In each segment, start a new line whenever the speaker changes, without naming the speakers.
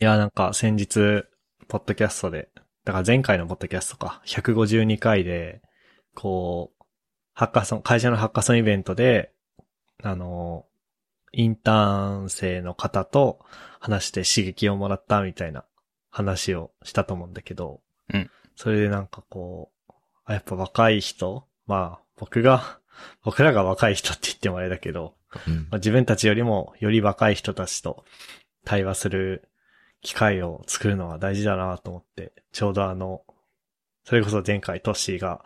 いや、なんか先日、ポッドキャストで、だから前回のポッドキャストか、152回で、こう、ハッカソン、会社のハッカソンイベントで、あの、インターン生の方と話して刺激をもらったみたいな話をしたと思うんだけど、
うん
それでなんかこう、あ、やっぱ若い人まあ、僕が、 僕らが若い人って言ってもあれだけど、
うん
まあ、自分たちよりもより若い人たちと対話する機会を作るのは大事だなと思って、ちょうどあの、それこそ前回トッシーが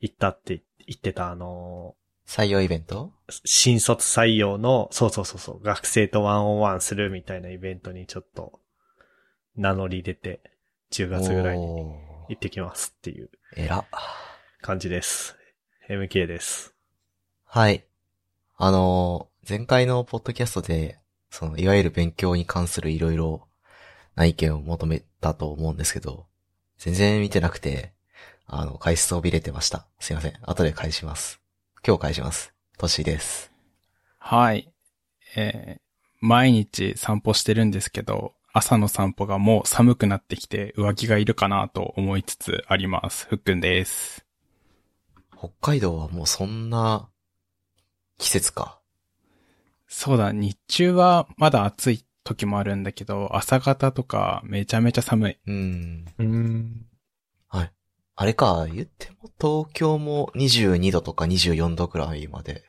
言ったって言ってたあの、
採用イベント
新卒採用の、そうそうそうそう、学生とワンオンワンするみたいなイベントにちょっと名乗り出て、10月ぐらいに
おー
行ってきますっていう
えら。
感じです。MK です。
はい。あのー前回のポッドキャストで、その、いわゆる勉強に関するいろいろな意見を求めたと思うんですけど、全然見てなくて、あの、回数をびれてました。すいません。後で返します。今日返します。トシです。
はい。えー毎日散歩してるんですけど、朝の散歩がもう寒くなってきて上着がいるかなと思いつつあります。ふっくんです。
北海道はもうそんな季節か。
そうだ、日中はまだ暑い時もあるんだけど、朝方とかめちゃめち ゃ寒い。
うん。
うん。
あれか、言っても東京も22度とか24度くらいまで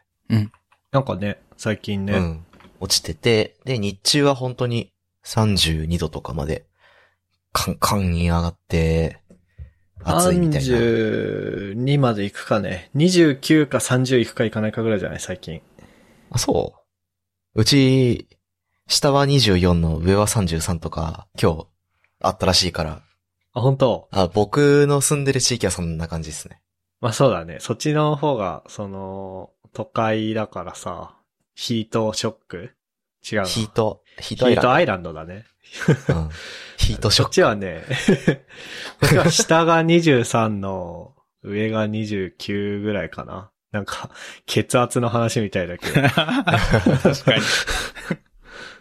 なんかね、最近ね、
うん。落ちてて、で、日中は本当に32度とかまで、カンカンに上がって、暑いみたいな。
32まで行くかね。29か30行くか行かないかぐらいじゃない最近。
あ、そううち、下は24の上は33とか、今日、あったらしいから。
あ、本当
あ、僕の住んでる地域はそんな感じですね。
まあそうだね。そっちの方が、その、都会だからさ、ヒートショック違うな。
ヒート、ヒ
ヒ
ートアイ
ート
ラ
アイランドだね。
ンド。うんヒートシ
そ
ョッ
っ
ク。
ちはね、こっちは下が23の、上が29ぐらいかな。なんか、血圧の話みたいだけど。
確かに。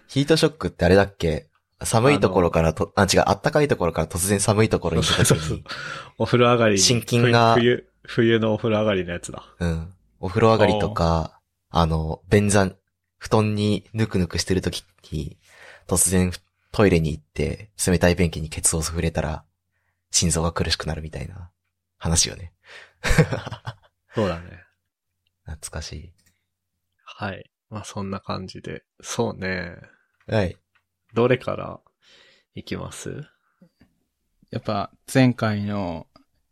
ヒートショックってあれだっけ寒いところからと、あ、違う、あったかいところから突然寒いところに行った
そう
時
そうそう
に、
お風呂上がりに。
心筋が
冬、冬のお風呂上がりのやつだ。
うん。お風呂上がりとか、あの、便座、布団にぬくぬくしてるときに、突然トイレに行って、冷たい便器にケツを触れたら、心臓が苦しくなるみたいな話よね。
そうだね。
懐かし
はい。まあそんな感じで。そうね。
い。はい。
どれから行きます
やっぱ前回の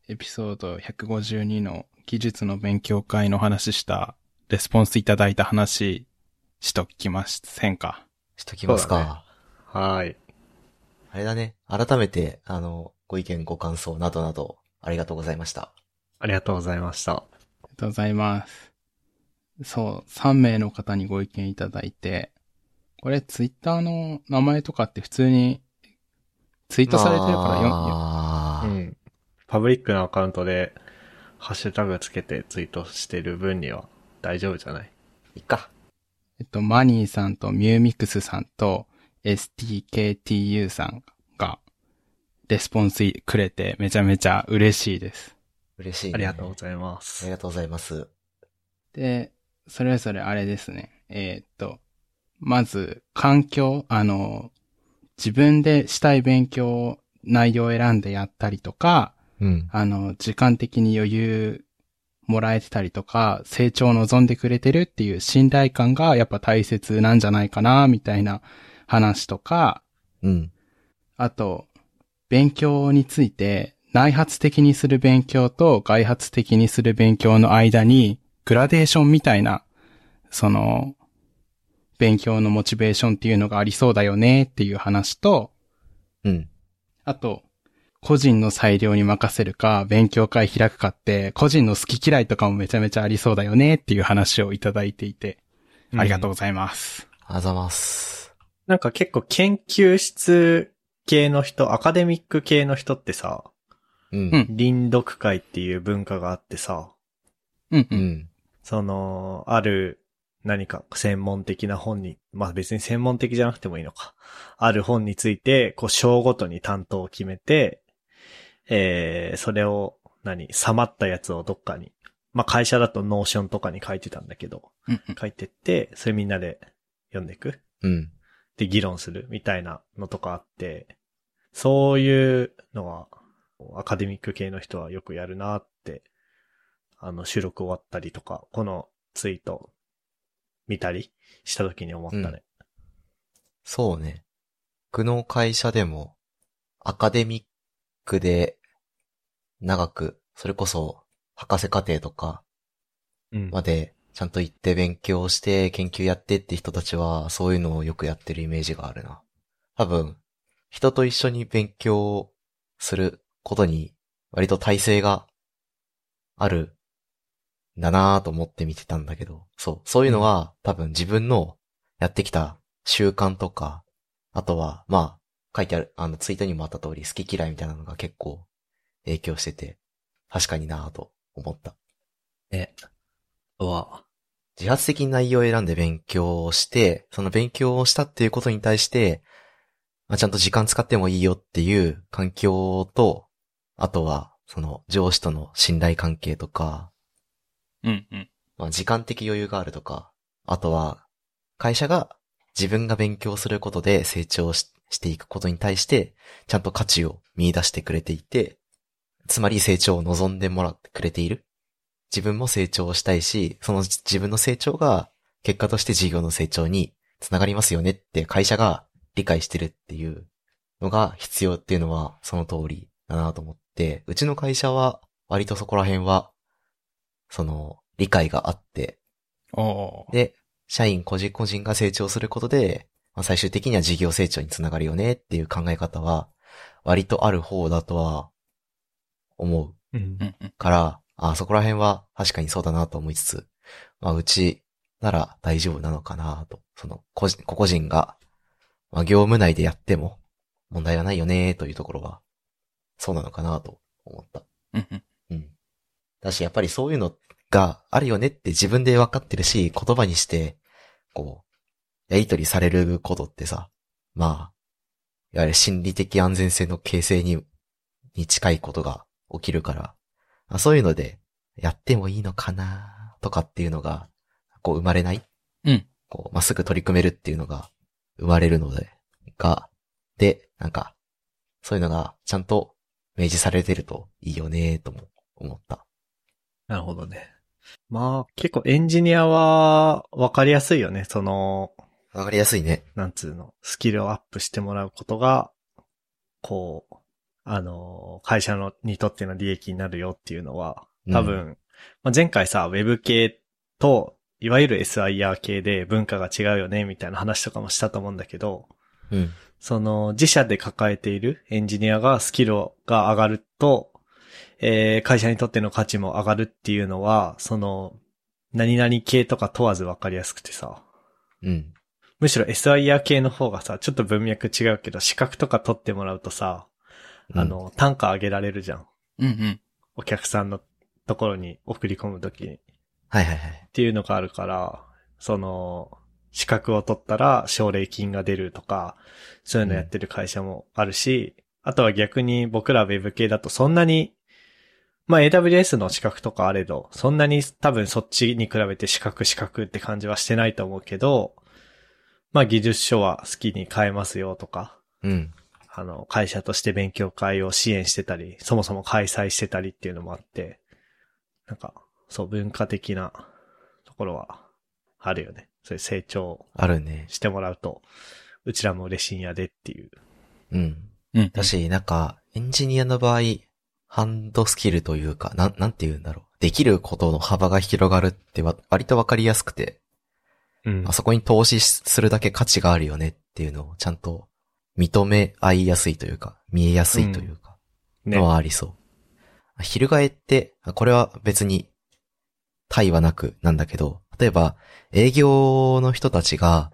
エピソード152の技術の勉強会の話したレスポンスいただいた話しときませんか。
しときます
そう
か。
はい。
あれだね。改めて、あの、ご意見、ご感想などなど、ありがとうございました。
ありがとうございました。
ありがとうございます。そう、3名の方にご意見いただいて、これツイッターの名前とかって普通にツイートされてるからよ、よ
まあ
うん。パブリックなアカウントで、ハッシュタグつけてツイートしてる分には大丈夫じゃない
いっか。
えっと、マニーさんとミューミクスさんと STKTU さんがレスポンスくれてめちゃめちゃ嬉しいです。
嬉しい、ね。
ありがとうご
あ
ざいま
り
す。
がとうございます。
で、それぞれあれですね。えーっと、まず、環境、あの、自分でしたい勉強を内容を選んでやったりとか、
うん。
あの、時間的に余裕もらえてたりとか、成長を望んでくれてるっていう信頼感がやっぱ大切なんじゃないかな、みたいな話とか、
うん。
あと、勉強について、内発的にする勉強と外発的にする勉強の間に、グラデーションみたいな、その、勉強のモチベーションっていうのがありそうだよねっていう話と、
うん。
あと、個人の裁量に任せるか、勉強会開くかって、個人の好き嫌いとかもめちゃめちゃありそうだよねっていう話をいただいていて、ありがとう
うん。
ございます。
あざます。
なんか結構研究室系の人、アカデミック系の人ってさ、
うん
うん
臨読会っていう文化があってさ、
うん、う、
うんん。
その、ある、何か専門的な本に、まあ別に専門的じゃなくてもいいのか。ある本について、こう、章ごとに担当を決めて、えー、それを、何、さまったやつをどっかに、まあ会社だとノーションとかに書いてたんだけど、
うんうん
書いてって、それみんなで読んでいく。
うん。
で議論するみたいなのとかあって、そういうのはアカデミック系の人はよくやるなって、あの収録終わったりとか、このツイート見たりした時に思ったね。
そうね。僕の会社でも、アカデミックで、長く、それこそ、博士課程とか
うん。
まで、ちゃんと行って勉強して、研究やってって人たちは、そういうのをよくやってるイメージがあるな。多分、人と一緒に勉強することに、割と耐性がある、んだなぁと思って見てたんだけど、そう、そういうのは、多分自分のやってきた習慣とか、あとは、まあ、書いてある、あの、ツイートにもあった通り、好き嫌いみたいなのが結構影響してて、確かになぁと思った。
ね。は、
自発的に内容を選んで勉強をして、その勉強をしたっていうことに対して、まあ、ちゃんと時間使ってもいいよっていう環境と、あとは、その上司との信頼関係とか、
うんうん。
まあ、時間的余裕があるとか、あとは、会社が自分が勉強することで成長ししていくことに対して、ちゃんと価値を見出してくれていて、つまり成長を望んでもらってくれている。自分も成長したいし、その自自分の成長が結果として事業の成長につながりますよねって会社が理解してるっていうのが必要っていうのはその通りだなと思って、うちの会社は割とそこら辺は、その理解があって、
おー
で、社員個人個人が成長することで、まあ、最終的には事業成長につながるよねっていう考え方は、割とある方だとは、思
うん
う。んうん。
うから、あそこら辺は確かにそうだなと思いつつ、まあ、うちなら大丈夫なのかなと、その個人、個々人が、まあ、業務内でやっても問題はないよねというところは、そうなのかなと思った。
うんうん。
うん。だし、やっぱりそういうのがあるよねって自分で分かってるし、言葉にして、こう、やりとりされることってさ、まあ、いわゆる心理的安全性の形成に、に近いことが起きるから、あそういうので、やってもいいのかなとかっていうのが、こう生まれない
うん。
こう、まっすぐ取り組めるっていうのが生まれるので、が、で、なんか、そういうのがちゃんと明示されてるといいよねとも思った。
なるほどね。まあ、結構エンジニアはわかりやすいよね。その、
わかりやすいね。
なんつうの、スキルをアップしてもらうことが、こう、あの、会社の、にとっての利益になるよっていうのは、多分、まあ、前回さ、ウェブ系と、いわゆる SIR 系で文化が違うよね、みたいな話とかもしたと思うんだけど、
うん。
その、自社で抱えているエンジニアがスキルが上がると、えー会社にとっての価値も上がるっていうのは、その、何々系とか問わず分かりやすくてさ、
うん。
むしろ SIR 系の方がさ、ちょっと文脈違うけど、資格とか取ってもらうとさ、あ、の、単価上げられるじゃん。
うんうん。
お客さんのところに送り込むときに。っ
はいはいはい。
ていうのがあるから、その、資格を取ったら奨励金が出るとか、そういうのやってる会社もあるし、あとは逆に僕ら Web 系だとそんなに、まあ AWS の資格とかあれど、そんなに多分そっちに比べて資格資格って感じはしてないと思うけど、まあ技術書は好きに変えますよとか、
うん。
あの、会社として勉強会を支援してたり、そもそも開催してたりっていうのもあって、なんか、そう、文化的なところはあるよね。そういう成長
あるね。
してもらうと、うちらも嬉しいんやでっていう。
うん。
うん。
だし、なんか、エンジニアの場合、ハンドスキルというか、なん、なんて言うんだろう。できることの幅が広がるってわ、割とわかりやすくて、
うん
あそこに投資しするだけ価値があるよねっていうのをちゃんと認め合いやすいというか、見えやすいというか、
ね
の。はありそう。翻って、あこれは別に、対はなくなんだけど、例えば、営業の人たちが、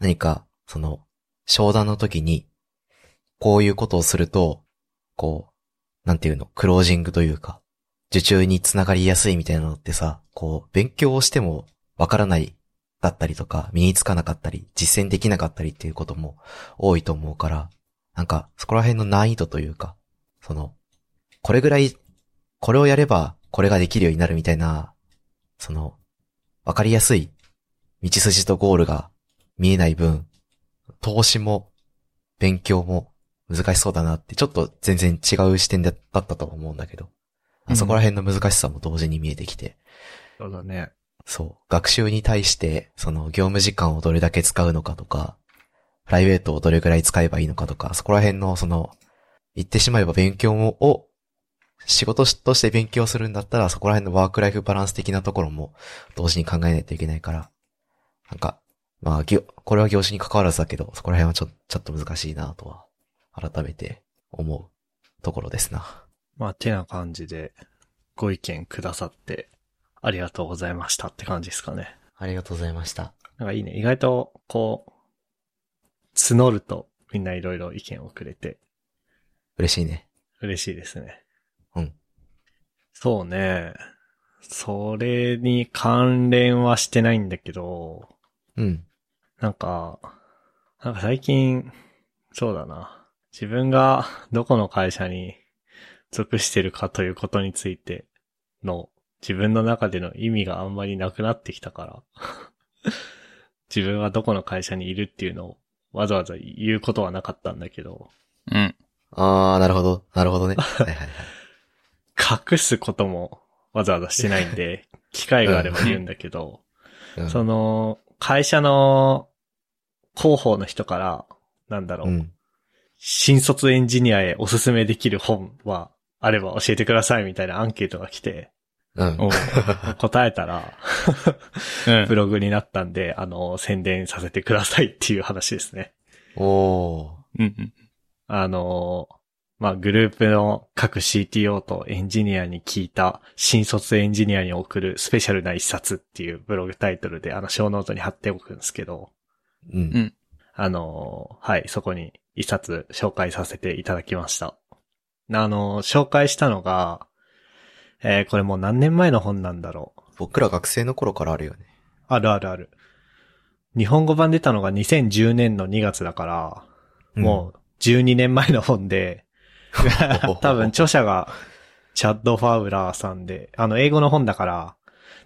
何か、その、商談の時に、こういうことをすると、こう、なんていうの、クロージングというか、受注につながりやすいみたいなのってさ、こう、勉強をしてもわからないだったりとか、身につかなかったり、実践できなかったりっていうことも多いと思うから、なんか、そこら辺の難易度というか、その、これぐらい、これをやれば、これができるようになるみたいな、その、わかりやすい、道筋とゴールが見えない分、投資も、勉強も難しそうだなって、ちょっと全然違う視点だったとは思うんだけど、
うん
そこら辺の難しさも同時に見えてきて、
そうだね。
そう。学習に対して、その業務時間をどれだけ使うのかとか、プライベートをどれくらい使えばいいのかとか、そこら辺の、その、言ってしまえば勉強もを、仕事として勉強するんだったら、そこら辺のワークライフバランス的なところも、同時に考えないといけないから、なんか、まあ、ぎょこれは業種に関わらずだけど、そこら辺はちょ、ちょっと難しいなとは、改めて思うところですな。
まあ、てな感じで、ご意見くださって、ありがとうございましたって感じですかね。
ありがとうございました。
なんかいいね。意外と、こう、募るとみんないろいろ意見をくれて
嬉しいね。
嬉しいですね。
うん。
そうね。それに関連はしてないんだけど、
うん。
なんか、なんか最近、そうだな。自分がどこの会社に属してるかということについての自分の中での意味があんまりなくなってきたから、 自分はどこの会社にいるっていうのをわざわざ言うことはなかったんだけど、
うん。
あー、なるほど。なるほどね。 はいはいはい。
隠すこともわざわざしてないん で、機会があれば言うんだけど、
うん
その、会社の広報の人から、なんだろう、
うん。
新卒エンジニアへおすすめできる本はあれば教えてくださいみたいなアンケートが来 て、
う ん。
おう
答えたら、
うん
ブ。ログになったんで、あの、宣伝させてくださいっていう話ですね。
おー。
うん。
あの、まあ、グループの各 CTO とエンジニアに聞いた新卒エンジニアに送るスペシャルな一冊っていうブログタイトルであの小ノートに貼っておくんですけど、
う
うん
ん。
あの、はい、そこに一冊紹介させていただきました。あの、紹介したのが、えーこれもう何年前の本なんだろう。
僕ら学生の頃からあるよね。
あるあるある。日本語版出たのが2010年の2月だから、もう12年前の本で、
うん、
多分著者がチャッド・ファウラーさんで、あの英語の本だから、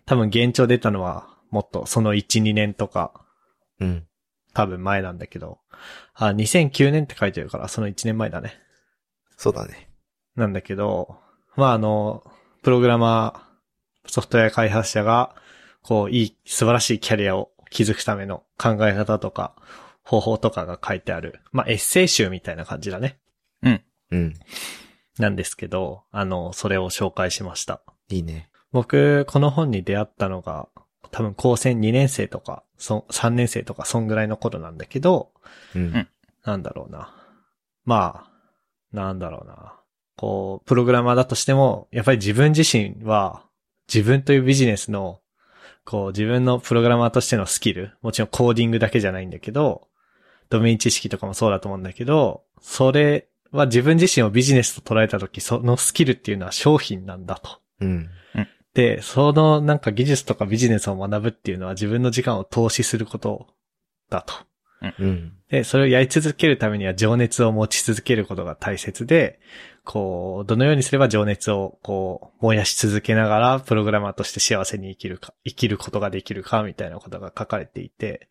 多分現状出たのはもっとその1、2年とか、
うん。
多分前なんだけど、あ、2009年って書いてるから、その1年前だね。
そうだね。
なんだけど、まああの、プログラマー、ソフトウェア開発者が、こう、いい、素晴らしいキャリアを築くための考え方とか、方法とかが書いてある、まあエッセイ集みたいな感じだね。
うん。
なんですけど、あの、それを紹介しました。
いいね。
僕、この本に出会ったのが、多分高専2年生とか、そ3年生とか、そんぐらいの頃なんだけど、
うん。
なんだろうな。まあ、なんだろうな。こう、プログラマーだとしても、やっぱり自分自身は、自分というビジネスの、こう、自分のプログラマーとしてのスキル、もちろんコーディングだけじゃないんだけど、ドメイン知識とかもそうだと思うんだけど、それは自分自身をビジネスと捉えたとき、そのスキルっていうのは商品なんだと。
うん。
で、そのなんか技術とかビジネスを学ぶっていうのは自分の時間を投資することだと。
うん。
で、それをやり続けるためには情熱を持ち続けることが大切で、こう、どのようにすれば情熱をこう、燃やし続けながら、プログラマーとして幸せに生きるか、生きることができるか、みたいなことが書かれていて、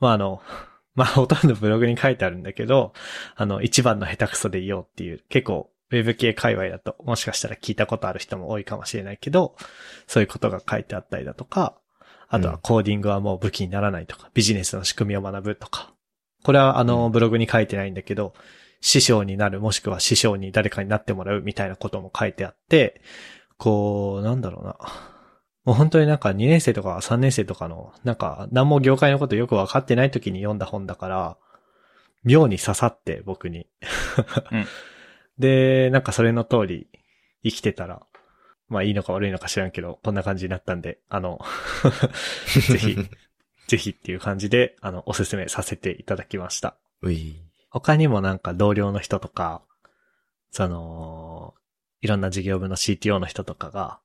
まああの、 まあほとんどブログに書いてあるんだけど、あの、一番の下手くそでいようっていう、結構、ウェブ系界隈だと、もしかしたら聞いたことある人も多いかもしれないけど、そういうことが書いてあったりだとか、あとはコーディングはもう武器にならないとか、ビジネスの仕組みを学ぶとか、これはあ
う
の、ブログに書いてないんだけど、師匠になる、もしくは師匠に誰かになってもらうみたいなことも書いてあって、こう、なんだろうな。もう本当になんか2年生とか3年生とかの、なんか何も業界のことよくわかってない時に読んだ本だから、妙に刺さって僕に、
うん
で、なんかそれの通り生きてたら、まあいいのか悪いのか知らんけど、こんな感じになったんで、あ の、ぜひ、ぜひっていう感じで、あの、おすすめさせていただきました。
うい。
他にもなんか同僚の人とか、その、いろんな事業部の CTO の人とかが、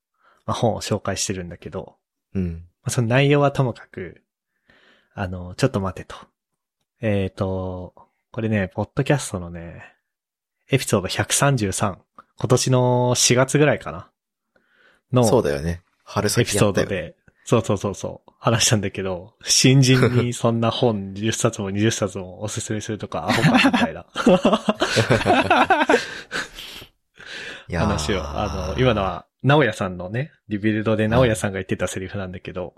まあ、本を紹介してるんだけど、
うん。
まあその内容はともかく、あの、ちょっと待てと。えっ、と、これね、ポッドキャストのね、エピソード133、今年の4月ぐらいかなの、
そうだよね。春
エピ
先や
ソー
った
ド
よね。
で、そうそうそうそう、話したんだけど、新人にそんな本10冊も20冊もおすすめするとか、アホかみたいな
いやー
話を、あの、今の。は、直哉さんのね、リビルドで直哉さんが言ってたセリフなんだけど、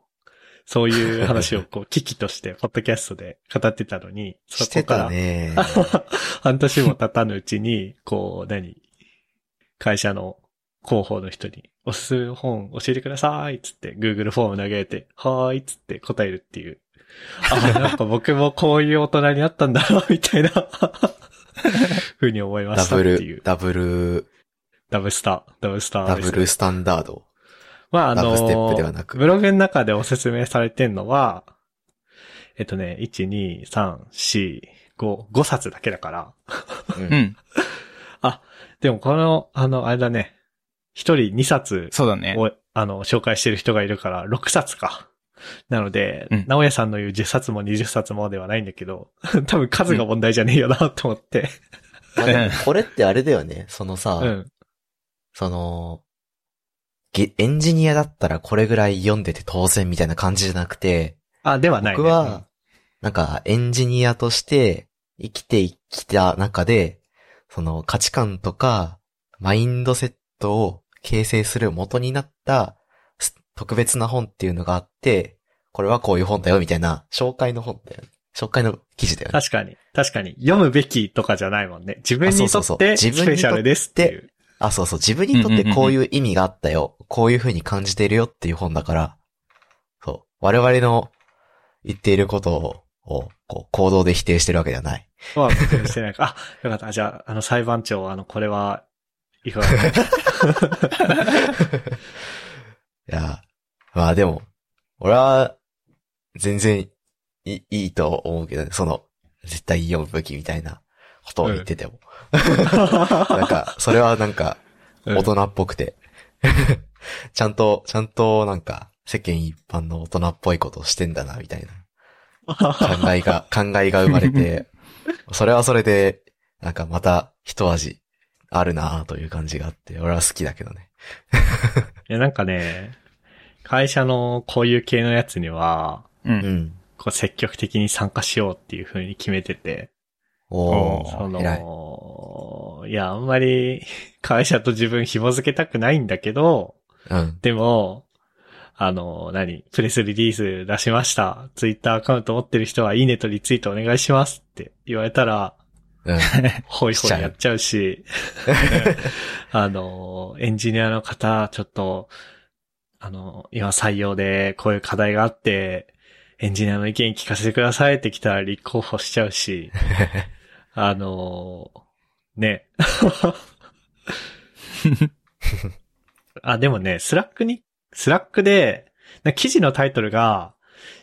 そういう話をこう、危機と して、ポッドキャストで語ってたのに、
し
そ
て
こか
た
ら、
ね。
半年も経たぬうちに、こう、何会社の広報の人に、おすすめの本教えてくださいっつって、Google フォーム投げて、はーいっつって答えるっていう。あ、なんか僕もこういう大人になったんだな、みたいな、ふうに思いま
ダ
したっ
ブ
ていう
ル、。ダブル、
ダブスター、ダブスター
ダ
で
ブ
すね
ルスタンダード。
まあ、あ
ダブ
の
ステップではなく
ブログの中でおすすめされてんのは、えっとね、1、2、3、4、5、5冊だけだから。
う。
うんん。
でもこの、あの、あれだね、1人2冊
そうだね。
を、あの、紹介してる人がいるから、6冊か。なので、
うん
直哉さんの言う10冊も20冊もではないんだけど、 多分数が問題じゃねえよな、と思って。
まあでもこれってあれだよね。そのさ、
うん。
その、げエンジニアだったらこれぐらい読んでて当然みたいな感じじゃなくて、
あ、ではない、ね。
僕は、なんかエンジニアとして生きてきた中で、その価値観とかマインドセットを形成する元になったす特別な本っていうのがあって、これはこういう本だよみたいな紹介の本だよね。紹介の記事だよね。
確かに、確かに、読むべきとかじゃないもんね。自分にと
あそうそうそ
っ
う
て、ス
自分にとって
ペシャルですっていう。
あ、そうそう。自分にとってこういう意味があったよ。こういう風に感じているよっていう本だから、そう。我々の言っていることを、をこう行動で否定してるわけではない。
まあ、別にしてないか。あ、よかった。じゃあ、あの、裁判長、あの、これは、い かがでしょう
いや、まあでも、俺は、全然いい、いいと思うけどね、その、絶対読む武器みたいなことを言ってても。なんか、それはなんか、
うん
大人っぽくて。ちゃんと、ちゃんとなんか、世間一般の大人っぽいことをしてんだな、みたいな。考え が、考えが生まれて、それはそれで、なんかまた一味あるなぁという感じがあって、俺は好きだけどね。
いや、なんかね、会社のこういう系のやつには、
う。
うんん。
こう、積極的に参加しようっていう風に決めてて、
お
そ
ー、偉い。
の、いや、あんまり、会社と自分紐づけたくないんだけど、
うん。
でも、あの、何プレスリリース出しました。ツイッターアカウント持ってる人はいいねとリツイートお願いしますって言われたら、
うん。
ほいほいやっちゃうし、あの、エンジニアの方、ちょっと、あの、今採用でこういう課題があって、エンジニアの意見聞かせてくださいって来たら立候補しちゃう し、あの、ね。 あ、でもね、スラックに、スラックで、な記事のタイトルが、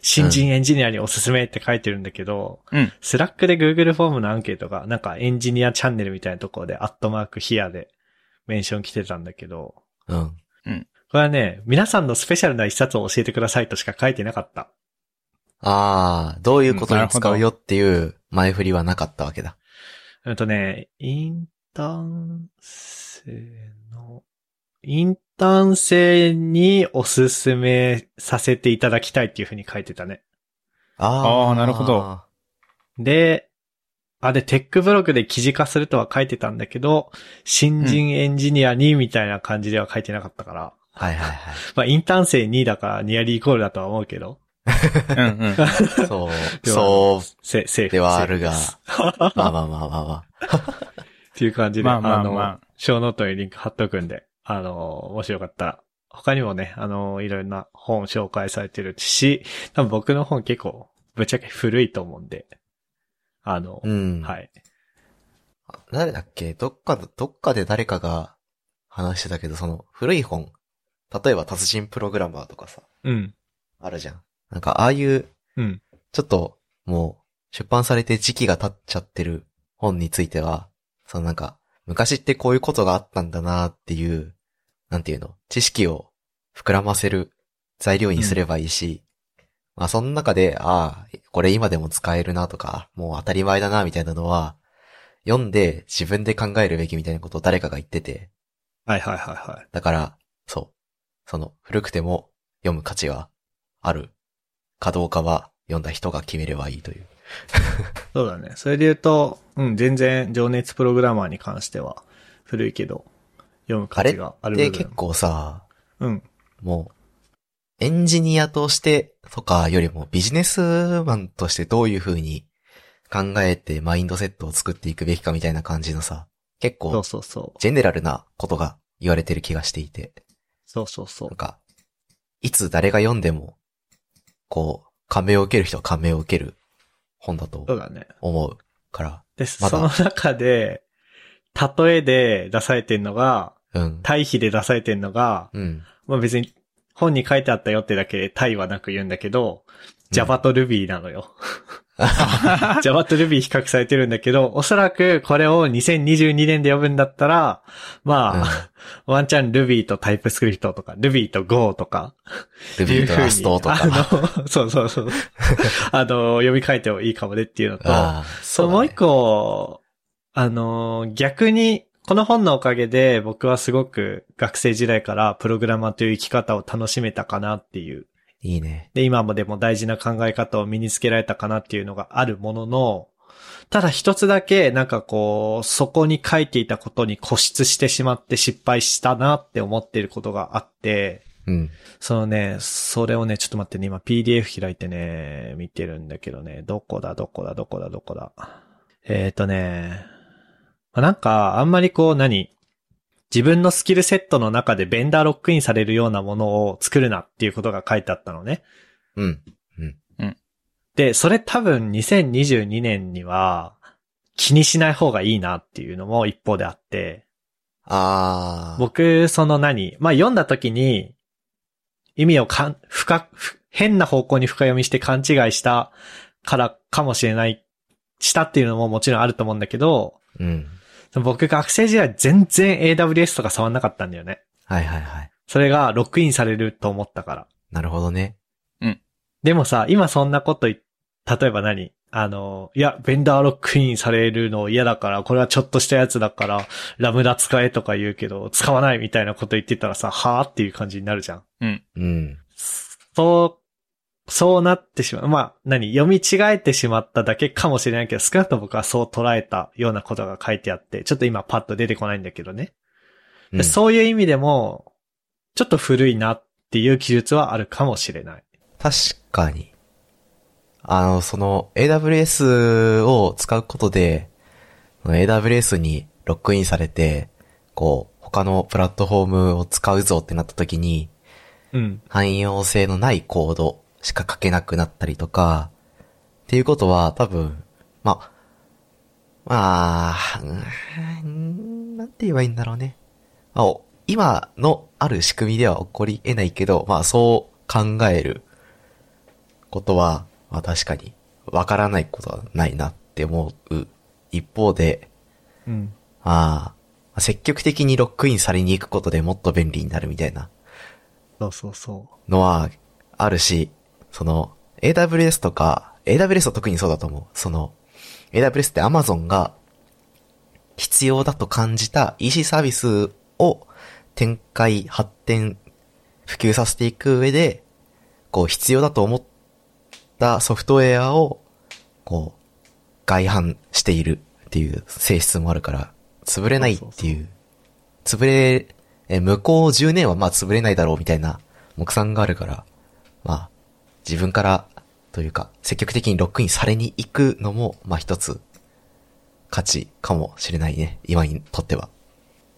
新人エンジニアにおすすめって書いてるんだけど、
うん
スラックで Google フォームのアンケートが、なんかエンジニアチャンネルみたいなところで、アットマークヒアでメンション来てたんだけど、
うん。
これはね、皆さんのスペシャルな一冊を教えてくださいとしか書いてなかった。
ああ、どういうことに
なる
使
ほど
うよっていう前振りはなかったわけだ。
うんとね、インターン生の、インターン生におすすめさせていただきたいっていうふうに書いてたね。
あ
あーなるほど。
で、あ、で、テックブログで記事化するとは書いてたんだけど、新人エンジニアにみたいな感じでは書いてなかったから。
はいはいはい。
まあ、インターン生2だからニアリーイコールだとは思うけど。
うんうん。
そう、
では
そう、
せ、セーフ。
ではあるが
セーフです
まあまあまあまあま
っていう感じで、
まあまあまあ
の、ショーノートにリンク貼っとくんで、あの、もしよかったら、他にもね、あの、いろんな本紹介されてるし、多分僕の本結構、ぶっちゃけ古いと思うんで、あの、
あ。うん。
はい。
誰だっけどっか、どっかで誰かが話してたけど、その古い本。例えば達人プログラマーとかさ、
うん。
あるじゃん。なんかああいう、
うん。
ちょっともう出版されて時期が経っちゃってる本については、そのなんか昔ってこういうことがあったんだなっていう、なんていうの、知識を膨らませる材料にすればいいし、まあその中で、ああ、これ今でも使えるなとか、もう当たり前だなみたいなのは、読んで自分で考えるべきみたいなことを誰かが言ってて、
はいはいはいはい。
だから、そう。その、古くても読む価値はあるかどうかは読んだ人が決めればいいという。
そうだね。それで言うと、うん、全然情熱プログラマーに関しては古いけど、読む価値がある部
で、
分。
結構さ、
うん。
もう、エンジニアとしてとかよりもビジネスマンとしてどういう風に考えてマインドセットを作っていくべきかみたいな感じのさ、結
そう
構
そうそう。
ジェネラルなことが言われてる気がしていて、
そうそうそ
なんか、いつ誰が読んでも、こう、感銘を受ける人は感銘を受ける本だと
う。そうだね。
思うから、
で、
ま
その
だ
中で、例えで出されてんのが、
うん。
対比で出されてんのが、
うん。
まあ別に本に書いてあったよってだけで対はなく言うんだけど、
うん
Java と Ruby なのよ。Java と Ruby 比較されてるんだけど、おそらくこれを2022年で呼ぶんだったら、まあ、ワンチャン Ruby と TypeScript とか、Ruby と Go とか、
ルビーとラストと
いうふうに
か。
あの、そうそうそう。あの、読み替えてもいいかもねっていうのと、
ああ、
そう、
だ
もう
ね
一個、あのー、逆に、この本のおかげで僕はすごく学生時代からプログラマーという生き方を楽しめたかなっていう。
いいね。
で、今もでも大事な考え方を身につけられたかなっていうのがあるものの、ただ一つだけなんかこう、そこに書いていたことに固執してしまって失敗したなって思っていることがあって、
うん。
そのね、それをね、ちょっと待ってね、今 PDF 開いてね、見てるんだけどね、どこだ、どこだ、どこだ、どこだ。えーとね、まあなんか、あんまりこう、何自分のスキルセットの中でベンダーロックインされるようなものを作るなっていうことが書いてあったのね。
うん。
で、それ多分2022年には気にしない方がいいなっていうのも一方であって、
ああ。
僕、その何まあ、読んだ時に、意味をかん、深、ふ変な方向に深読みして勘違いしたからかもしれない、したっていうのももちろんあると思うんだけど、
うん。
僕学生時代全然 AWS とか触んなかったんだよね。
はいはいはい。
それがロックインされると思ったから。
なるほどね。
でもさ、今そんなこと言っ例えば何あの、いや、ベンダーロックインされるの嫌だから、これはちょっとしたやつだから、ラムダ使えとか言うけど、使わないみたいなこと言ってたらさ、はぁっていう感じになるじゃん。
うん。
そう、そうなってしまう。まあ、何読み違えてしまっただけかもしれないけど、少なくとも僕はそう捉えたようなことが書いてあって、ちょっと今パッと出てこないんだけどね。
う
で
ん
そういう意味でも、ちょっと古いなっていう記述はあるかもしれない。
確かに。あの、その AWS を使うことで、その AWS にロックインされて、こう、他のプラットフォームを使うぞってなった時に、
うん。
汎用性のないコードしか書けなくなったりとか、っていうことは多分、まあ、まあ、うーんなんて言えばいいんだろうね。まあ、お今のある仕組みでは起こり得ないけど、まあそう考えることは、まあ確かにわからないことはないなって思う一方で、
うん。
ああ、積極的にロックインされに行くことでもっと便利になるみたいな
そうそうそ
のはあるし、その、AWS とか、AWS は特にそうだと思う。その、AWS って Amazon が必要だと感じた EC サービスを展開、発展、普及させていく上で、こう必要だと思ったソフトウェアを、こう、外販しているっていう性質もあるから、潰れないっていう、潰れ、え、向こう10年はまあ潰れないだろうみたいな目算があるから、まあ、自分からというか、積極的にロックインされに行くのも、まあ一つ、価値かもしれないね。今にとっては。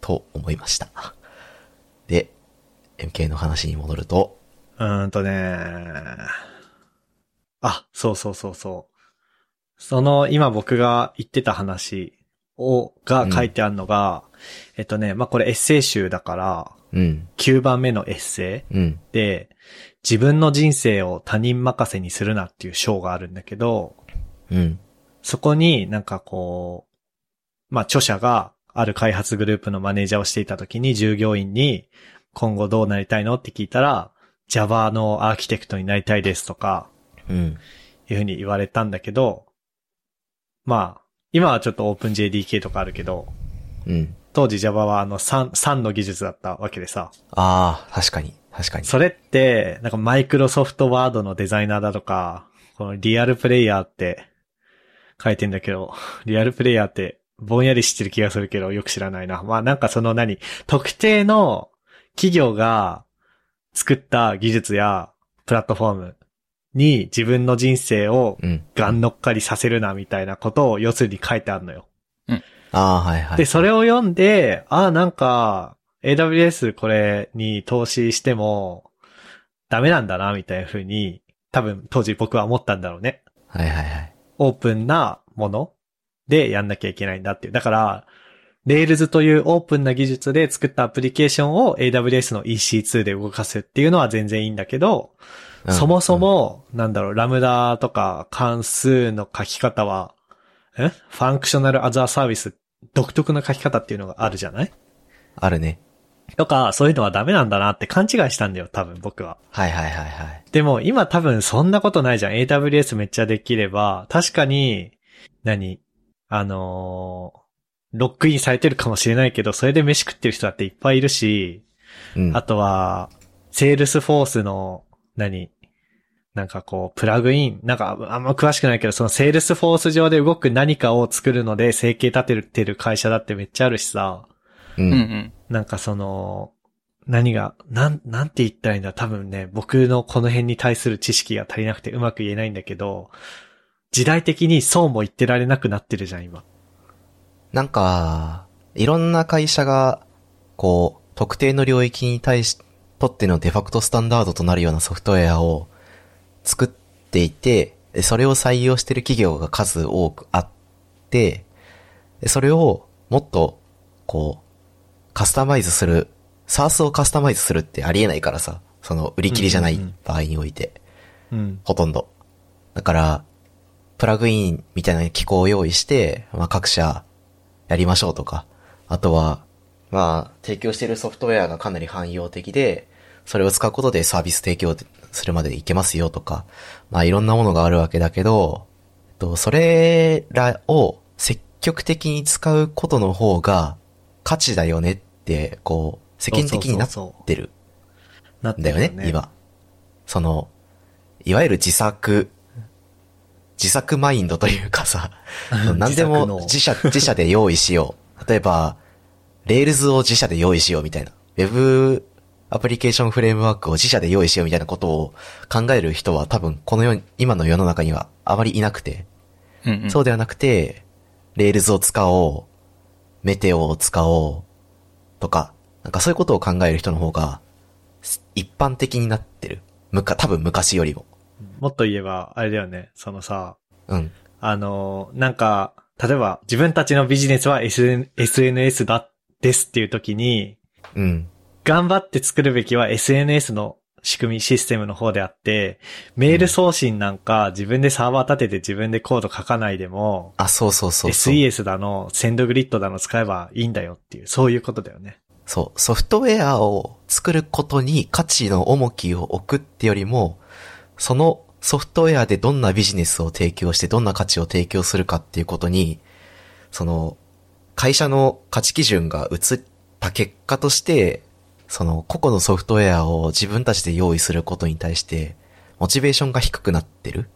と思いました。で、MK の話に戻ると、
う。うーんとねあ、そうそうそうそう。その、今僕が言ってた話を、が書いてあるのが、えっとね、まあ、これエッセイ集だから、
うん、
9番目のエッセイ
うん、
で、自分の人生を他人任せにするなっていう章があるんだけど、
うん、
そこになんかこう、まあ著者がある開発グループのマネージャーをしていた時に従業員に今後どうなりたいのって聞いたら、Java のアーキテクトになりたいですとか、
うん。
いうふうに言われたんだけど、まあ、今はちょっと OpenJDK とかあるけど、
うん。
当時 Java はあの3、3の技術だったわけでさ、
ああ、確かに。確かに。
それって、なんかマイクロソフトワードのデザイナーだとか、このリアルプレイヤーって書いてんだけど、 リアルプレイヤーってぼんやり知ってる気がするけど、よく知らないな。まあなんかその何、特定の企業が作った技術やプラットフォームに自分の人生を
うん。
ガン乗っかりさせるなみたいなことを要するに書いてあるのよ。
ああ、はいはい。
で、それを読んで、ああ、なんか、AWS これに投資しても、ダメなんだな、みたいな風に、多分当時僕は思ったんだろうね。
はいはいはい。
オープンなものでやんなきゃいけないんだっていう。だから、Rails というオープンな技術で作ったアプリケーションを AWS の EC2 で動かすっていうのは全然いいんだけど、
うん
そもそ、も、なんだろう、ラムダとか関数の書き方は、えファンクショナルアザーサービス独特の書き方っていうのがあるじゃない
うんあるね。
とか、そういうのはダメなんだなって勘違いしたんだよ、多分僕は。
はいはいはいはい。
でも今多分そんなことないじゃん。AWS めっちゃできれば、確かに、何あのーロックインされてるかもしれないけど、それで飯食ってる人だっていっぱいいるし、
うん。
あとは、セールスフォースの、何なんかこう、プラグインなんかあんま詳しくないけど、そのセールスフォース上で動く何かを作るので、生計立ててる会社だってめっちゃあるしさ、
う。
うんん
なんかその、何が、なん、なんて言ったらいいんだ多分ね、僕のこの辺に対する知識が足りなくてうまく言えないんだけど、時代的にそうも言ってられなくなってるじゃん、今。
なんか、いろんな会社が、こう、特定の領域に対し、とってのデファクトスタンダードとなるようなソフトウェアを作っていて、でそれを採用している企業が数多くあって、でそれをもっと、こう、カスタマイズする、サースをカスタマイズするってありえないからさ、その売り切りじゃな
うん
い
うんうん
場合において。
うん。
ほとんど。だから、プラグインみたいな機構を用意して、まあ、各社やりましょうとか、あとは、まあ、提供しているソフトウェアがかなり汎用的で、それを使うことでサービス提供するまでいけますよとか、まあ、いろんなものがあるわけだけど、えっと、それらを積極的に使うことの方が価値だよねって、こう、世間的になっ
そうそうそう
てる。
そうなって
だよね、 今。その、いわゆる自作、自作マインドという かさ、何で
自作の
も自社、自社で用意しよう。例えば、レールズを自社で用意しようみたいな。ウェブアプリケーションフレームワークを自社で用意しようみたいなことを考える人は多分この世に、今の世の中にはあまりいなくて。
うんうん。
そう
う
ではなくて、レールズを使おう、メテオを使おう、とか、なんかそういうことを考える人の方が、す一般的になってる。むか、多分昔よりも。
もっと言えば、あれだよね、そのさ、
うん。
あの、なんか、例えば自分たちのビジネスは SN SNS だ、ですっていう時に、
うん。
頑張って作るべきは SNS の仕組み、システムの方であって、メール送信なんか自分でサーバー立てて自分でコード書かないでも、
あ、そうそうそうそう。
SES だの、センドグリッドだの使えばいいんだよっていう、そういうことだよね。
そう、ソフトウェアを作ることに価値の重きを置くってよりも、そのソフトウェアでどんなビジネスを提供してどんな価値を提供するかっていうことに、その、会社の価値基準が移った結果として、その個々のソフトウェアを自分たちで用意することに対して、モチベーションが低くなってる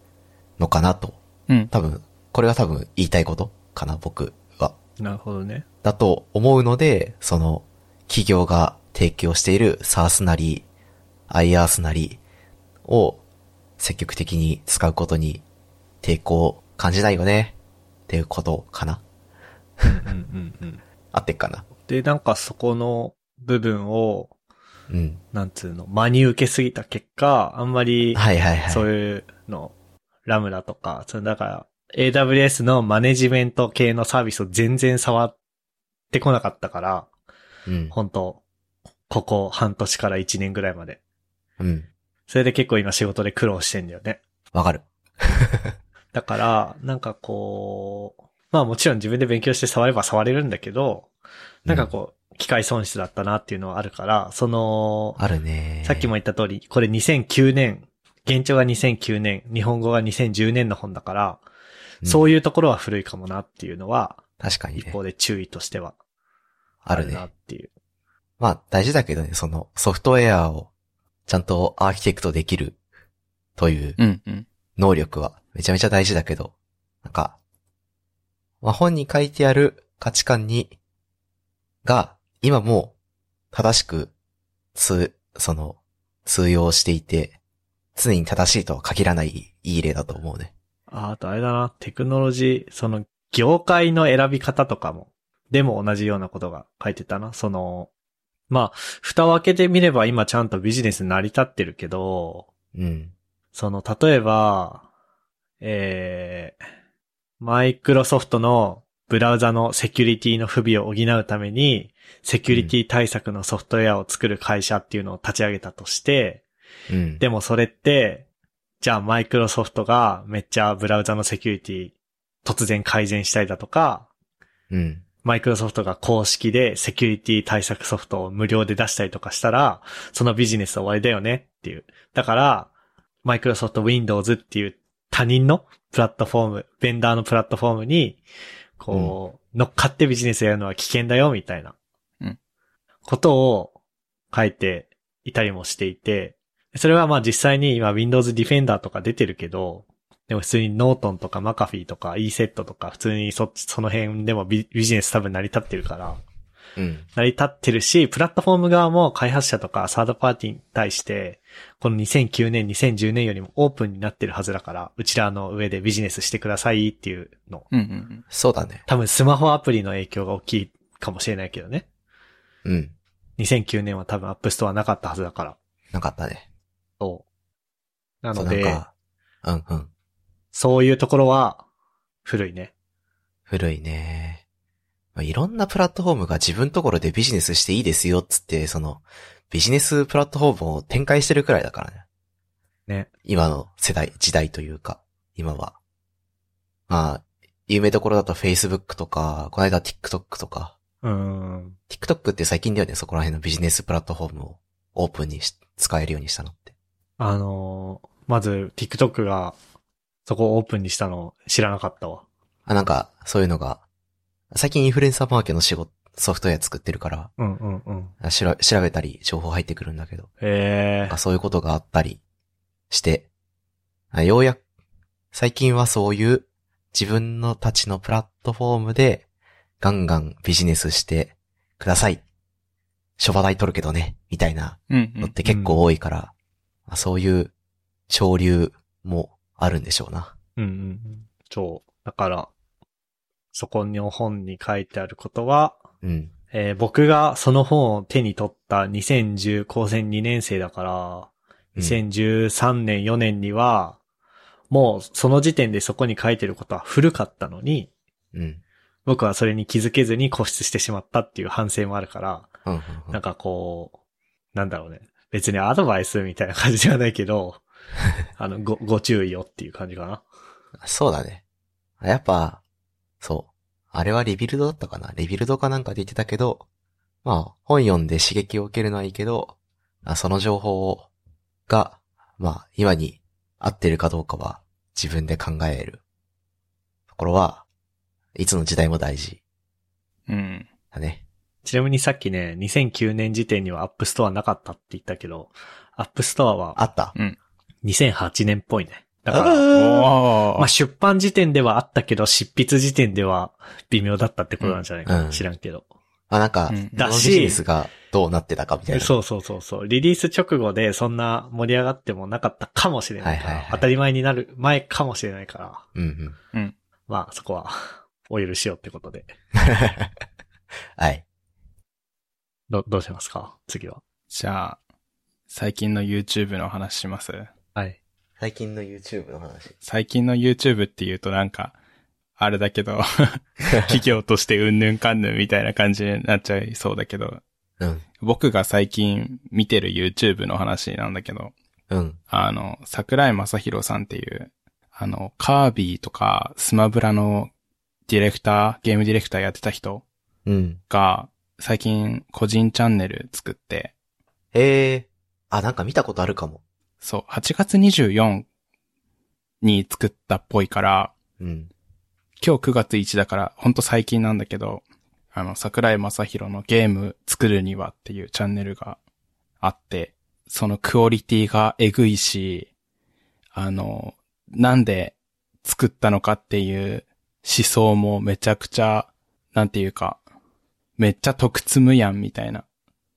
のかなと。
ん。
多分、これが多分言いたいことかな、僕は。
なるほどね。
だと思うので、その、企業が提供している SARS なり、IRS なりを積極的に使うことに抵抗を感じないよね、っていうことかな
うんうんうん。
合ってっかな
で、なんかそこの部分を、
うん。
なんつうの、真に受けすぎた結果、あんまり、
はいはいはい。
そう
う
いうの、ラムダとか、そのだから、AWS のマネジメント系のサービスを全然触ってこなかったから、
ん。
本当ここ半年から1年ぐらいまで。
うん。
それで結構今仕事で苦労してんだよね。
わかる。
だから、なんかこう、まあもちろん自分で勉強して触れば触れるんだけど、なんかこう、機械損失だったなっていうのはあるから、その、
あるね。
さっきも言った通り、これ2009年現状が2009年、日本語が2010年の本だから、
うん
そういうところは古いかもなっていうのは、
確かに
一
ね。
方で注意としては
あ
あ
る
るなっ
ね。
ていう。
まあ大事だけどね、そのソフトウェアをちゃんとアーキテクトできるという
うんうん。
能力はめちゃめちゃ大事だけど、なんか、まあ、本に書いてある価値観に、が、今もう正しく、通、その、通用していて、常に正しいとは限らないいい例だと思うね。
ああとあれだな、テクノロジー、その業界の選び方とかも、でも同じようなことが書いてたな。その、まあ、蓋を開けてみれば今ちゃんとビジネス成り立ってるけど、
うん。
その、例えば、えー、マイクロソフトのブラウザのセキュリティの不備を補うために、セキュリティ対策のソフトウェアを作る会社っていうのを立ち上げたとして、
うん。
でもそれって、じゃあマイクロソフトがめっちゃブラウザのセキュリティ突然改善したりだとか、
うん。
マイクロソフトが公式でセキュリティ対策ソフトを無料で出したりとかしたら、そのビジネスは終わりだよねっていう。だから、マイクロソフト Windows っていう他人のプラットフォーム、ベンダーのプラットフォームに、こう、乗っかってビジネスやるのは危険だよみたいな
うん、
ことを書いていたりもしていて、それはまあ実際に今 Windows Defender とか出てるけど、でも普通にノートンとかマカフィーとか E セットとか普通にそっち、その辺でもビビジネス多分成り立ってるから、
うん。
成り立ってるし、プラットフォーム側も開発者とかサードパーティーに対して、この2009年、2010年よりもオープンになってるはずだから、うちらの上でビジネスしてくださいっていうの。
うんうん
そうだね。
多分スマホアプリの影響が大きいかもしれないけどね。
うん。
2009年は多分アップストアなかったはずだから。
なかったね。
そう。な
そ
の
うなん
で、
か、うんうん。
そういうところは古いね。
古いね。まあ、いろんなプラットフォームが自分ところでビジネスしていいですよっつって、その、ビジネスプラットフォームを展開してるくらいだからね。
ね。
今の世代、時代というか、今は。まあ、有名どころだと Facebook とか、この間 TikTok とか、
うーん。
TikTok って最近だよね、そこら辺のビジネスプラットフォームをオープンにし使えるようにしたのって。
あのーまず TikTok がそこをオープンにしたの知らなかったわ。
あ、なんか、そういうのが、最近インフルエンサーマーケの仕事、ソフトウェア作ってるから、
うんうんうん。
あしら調べたり、情報入ってくるんだけど。
え
あそういうことがあったりして、あようやく、最近はそういう自分のたちのプラットフォームでガンガンビジネスしてください。諸話代取るけどね、みたいな
うん。うんう
のっ
ん。
て結構多いから、あそういう潮流もあるんでしょうな。
ー。うんうんうん。そう。だから、そこの本に書いてあることは、
うん。
えー僕がその本を手に取った2010高専2年生だから、
うん
2013年4年には、もうその時点でそこに書いてることは古かったのに、
うん。
僕はそれに気づけずに固執してしまったっていう反省もあるから、
うん。うんう
なんんかこう、なんだろうね。別にアドバイスみたいな感じじゃないけ ど、あの、ご、ご注意をっていう感じかな。
そうだね。あやっぱ、そう。あれはリビルドだったかなリビルドかなんかで言ってたけど、まあ、本読んで刺激を受けるのはいいけど、あその情報をが、まあ、今に合ってるかどうかは自分で考える。ところは、いつの時代も大事
うん。
だね。
ちなみにさっきね、2009年時点にはアップストアなかったって言ったけど、アップストアは
あった。
2008年っぽいね。だから、
あー
お
まあ、
ー
出版時点ではあったけど、執筆時点では微妙だったってことなんじゃないかな。
うん
知らんけど。
まあ、なんか、
うん
この
だし
ビジネスがどうなってたかみたいな。
そうそうそうそう。リリース直後でそんな盛り上がってもなかったかもしれないから、
はいはいはい
当たり前になる前かもしれないから、
うんうん。
まあそこはお許しよってことで。
はい。
ど、どうしますか次は。
じゃあ、最近の YouTube の話します
はい。
最近の YouTube の話。
最近の YouTube って言うとなんか、あれだけ ど、企業としてうんぬんかんぬんみたいな感じになっちゃいそうだけど、
うん。
僕が最近見てる YouTube の話なんだけど、
うん。
あの、桜井正宏さんっていう、あの、カービィとかスマブラのディレクター、ゲームディレクターやってた人
うん。
が、最近個人チャンネル作って、
へえ。あ、なんか見たことあるかも。
そう、8月24に作ったっぽいから、
うん。
今日9月1だから、ほんと最近なんだけど、あの、桜井正宏のゲーム作るにはっていうチャンネルがあって、そのクオリティがえぐいし、あの、なんで作ったのかっていう思想もめちゃくちゃ、なんていうか、めっちゃ得積むやんみたいな。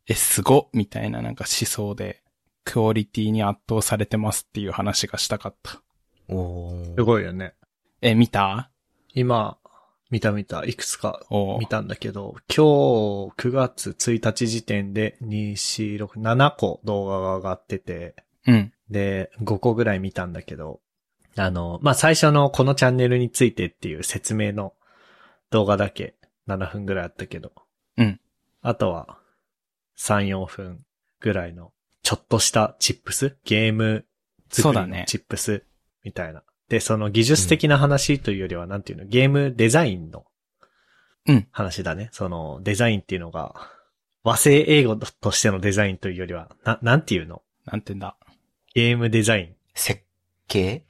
え、すごっみたいななんか思想で、クオリティに圧倒されてますっていう話がしたかった。
おー
すごいよね。
え、見た
今、見た見た、いくつか
お
見たんだけど、今日9月1日時点で2、4、6、7個動画が上がってて、
うん。
で、5個ぐらい見たんだけど、あの、まあ、最初のこのチャンネルについてっていう説明の動画だけ7分ぐらいあったけど、
うん。
あとは3、4分ぐらいのちょっとしたチップスゲーム
そう
作
だ
り
ね
のチップスみたいな。で、その技術的な話というよりは、なんていうの、ゲームデザインの
うん
話だね。そのデザインっていうのが、和製英語としてのデザインというよりは、な、なんていうの
なんてんだ。
ゲームデザイン
設計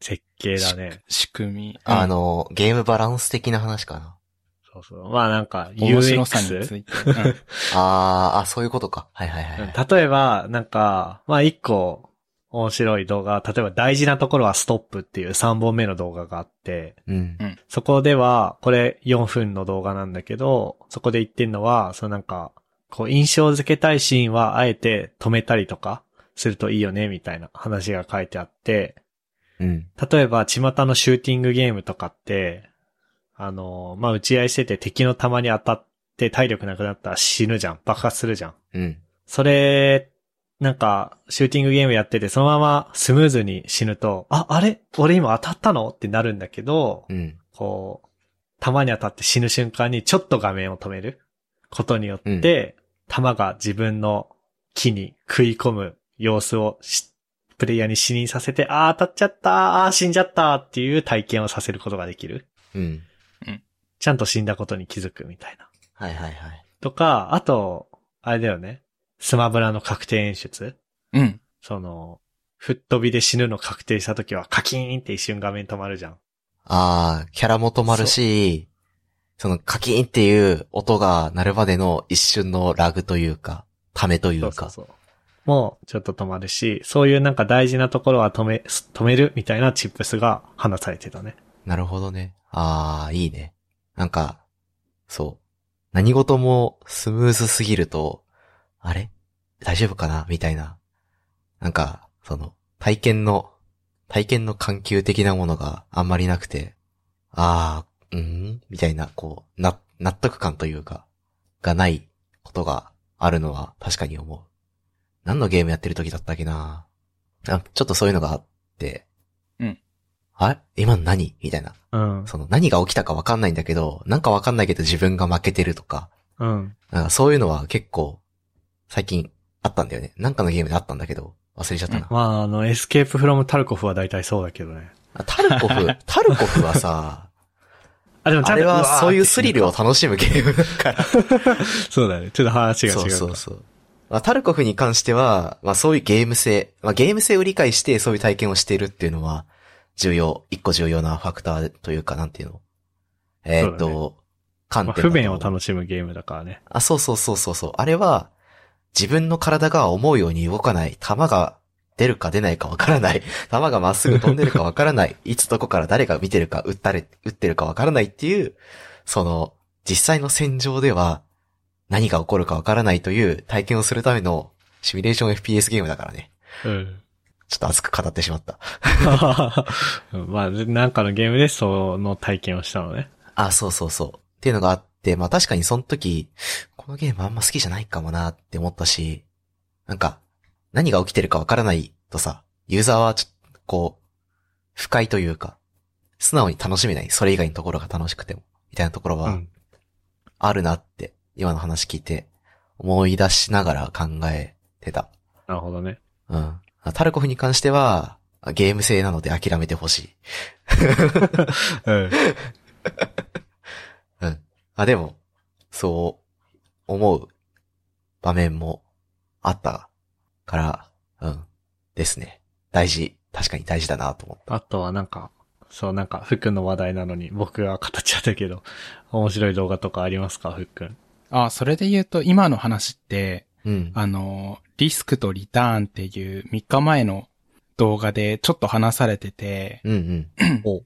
設計だね。
し仕組み。
あの、ゲームバランス的な話かな。
そうそう。まあなんか
うん、面白さに
UX?
ついて。うん
あー、あ、そういうことか。はいはいはいはい。
例えば、なんか、まあ一個面白い動画、例えば大事なところはストップっていう3本目の動画があって、
うん。
そこでは、これ4分の動画なんだけど、そこで言ってんのは、そのなんか、こう印象付けたいシーンはあえて止めたりとかするといいよね、みたいな話が書いてあって、
うん。
例えば、巷のシューティングゲームとかって、あの、まあ、打ち合いしてて敵の弾に当たって体力なくなったら死ぬじゃん。爆発するじゃん。
うん。
それ、なんか、シューティングゲームやってて、そのままスムーズに死ぬと、あ、あれ俺今当たったのってなるんだけど、
うん。
こう、弾に当たって死ぬ瞬間にちょっと画面を止めることによって、弾が自分の木に食い込む様子をしプレイヤーに視認させて、ああ、当たっちゃったー、ああ、死んじゃったーっていう体験をさせることができる。
うん。
ちゃんと死んだことに気づくみたいな。
はいはいはい。
とか、あと、あれだよね。スマブラの確定演出。
うん。
その、吹っ飛びで死ぬの確定した時はカキーンって一瞬画面止まるじゃん。
あー、キャラも止まるし、そのカキーンっていう音が鳴るまでの一瞬のラグというか、ためとい
そう
う
そう
か。
そう。もうちょっと止まるし、そういうなんか大事なところは止め、止めるみたいなチップスが話されてたね。
なるほどね。あー、いいね。なんか、そう。何事もスムーズすぎると、あれ大丈夫かなみたいな。なんか、その、体験の、体験の緩急的なものがあんまりなくて、あー、うんみたいな、こう、な、納得感というか、がないことがあるのは確かに思う。何のゲームやってる時だったっけなあ、ちょっとそういうのがあって、
うん。
あれ今の何みたいな。
うん。
その何が起きたかわかんないんだけど、なんかわかんないけど自分が負けてるとか、
うん。
なんかそういうのは結構、最近あったんだよね。なんかのゲームであったんだけど、忘れちゃったな。
まあ、あの、エスケープフロムタルコフは大体そうだけどね。
あタル コフ、タルコフはさ、
あ、でもちゃ
あ
んと
れはそういうスリル。
わ
を楽しむゲームだから。
ーって そうだね。ちょっと話 が違う
そ
か
う
ら。
そうそう。まあ、タルコフに関しては、まあそういうゲーム性、まあゲーム性を理解してそういう体験をしているっていうのは、重要、一個重要なファクターというか、なんていうのえーっ、
そうだ
と、観
まあ
点だと
不便を楽しむゲームだからね。
あ、そうそうそうそうそう。あれは、自分の体が思うように動かない。弾が出るか出ないかわからない。 弾がまっすぐ飛んでるかわからない。いつどこから誰が見てるか、撃ったれ、撃ってるかわからないっていう、その、実際の戦場では、何が起こるかわからないという体験をするためのシミュレーション FPS ゲームだからね。
うん。
ちょっと熱く語ってしまった。
まあ、なんかのゲームでその体験をしたのね。
あ、そうそうそう。っていうのがあって、まあ確かにその時、このゲームあんま好きじゃないかもなって思ったし、なんか、何が起きてるかわからないとさ、ユーザーはちょっと、こう、不快というか、素直に楽しめない。それ以外のところが楽しくても、みたいなところ
う
は
ん。
あるなって、今の話聞いて、思い出しながら考えてた。
なるほどね。
うん。タルコフに関しては、ゲーム性なので諦めてほしい。
うん。
うん。あ、でも、そう、思う場面もあったから、うん。ですね。大事。確かに大事だなと思った。
あとはなんか、そうなんか、ふっくんの話題なのに僕は語っちゃったけど、面白い動画とかありますか、ふっくん。
あ、それで言うと今の話って、
うん。
あの、リスクとリターンっていう3日前の動画でちょっと話されてて、
うんうん。
お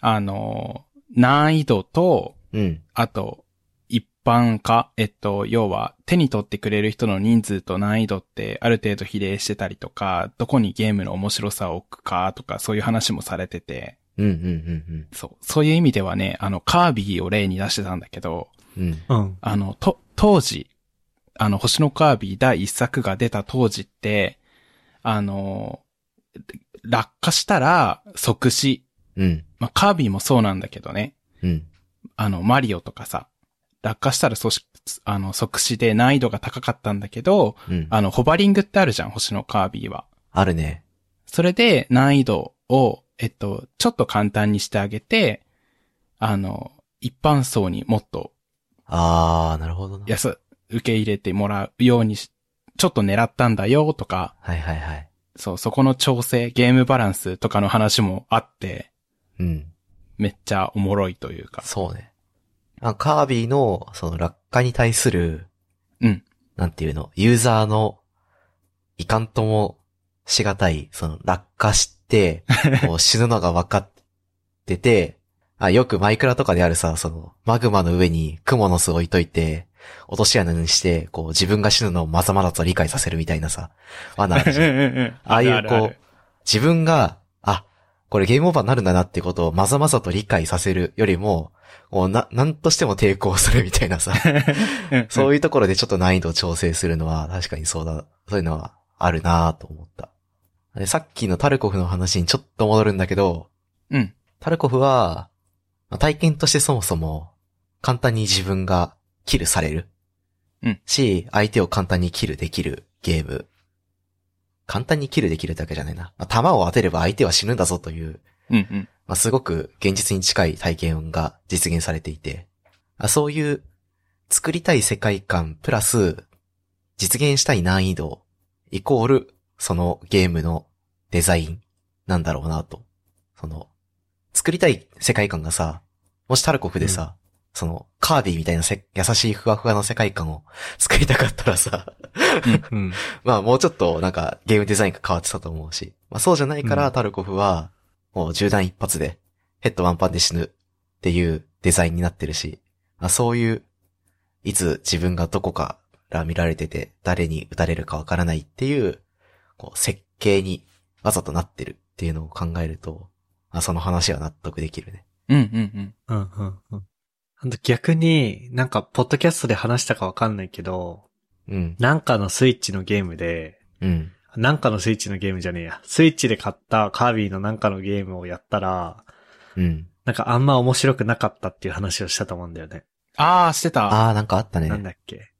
あの、難易度と、
うん。
あと、一般化、えっと、要は手に取ってくれる人の人数と難易度ってある程度比例してたりとか、どこにゲームの面白さを置くかとか、そういう話もされてて、
うんうんうん
そう、そういう意味ではね、あの、カービィを例に出してたんだけど、
うん。うん。
うん。
あの、と、当時、あの、星のカービィ第一作が出た当時って、あの、落下したら即死。
うん。
まあ、カービィもそうなんだけどね。
うん。
あの、マリオとかさ、落下したらそし、あの、即死で難易度が高かったんだけど、
うん。
あの、ホバリングってあるじゃん、星のカービィは。
あるね。
それで難易度を、えっと、ちょっと簡単にしてあげて、あの、一般層にもっと
あー、なるほどな。
やす、受け入れてもらうようにし、ちょっと狙ったんだよとか、
はいはいはい。
そう、そこの調整、ゲームバランスとかの話もあって、
うん。
めっちゃおもろいというか。
そうね。あカービィの、その落下に対する、
うん。
なんていうの、ユーザーの、いかんともしがたい、その落 下して、こう死ぬのが分かってて、あ、よくマイクラとかであるさ、その、マグマの上にクモの巣置いといて、落とし穴にして、こう自分が死ぬのをまざまざと理解させるみたいなさ、 罠あるじ ゃんああいう
るる
こう自分が、あ、これゲームオーバーになるんだなってことをまざまざと理解させるよりも、こうな、なんとしても抵抗するみたいなさ、
ある、
そう
い
いうところでちょっと難易度を調整するのは確かにそうだ、そういうのはあるなぁと思った。で、さっきのタルコフの話にちょっと戻るんだけど、
うん。うん。
タルコフは、まあ体験としてそもそも、簡単に自分がキルされる。
うん
し、相手を簡単にキルできるゲーム。簡単にキルできるだけじゃないな。まあ弾を当てれば相手は死ぬんだぞという、
うんうん。
まあ、すごく現実に近い体験が実現されていて、あそういう作りたい世界観プラス実現したい難易度イコールそのゲームのデザインなんだろうなと。その作りたい世界観がさ、もしタルコフでさ、そのカービィみたいなせ優しいふわふわの世界観を作りたかったらさ、
うん。
まあもうちょっとなんかゲームデザインが変わってたと思うし、まあそうじゃないから、
うん
タルコフは、もう銃弾一発で、ヘッドワンパンで死ぬっていうデザインになってるし、まあそういう、いつ自分がどこから見られてて、誰に撃たれるかわからないっていう、こう設計にわざとなってるっていうのを考えると、まあその話は納得できるね。
うんうん
うんうんうん。あと逆に、なんか、ポッドキャストで話したかわかんないけど、
うん。
なんかのスイッチのゲームで、
うん。
なんかのスイッチのゲームじゃねえや。スイッチで買ったカービィのなんかのゲームをやったら、
うん。
なんかあんま面白くなかったっていう話をしたと思うんだよね。
ああ、してた。
ああ、なんかあったね。
なんだっけ。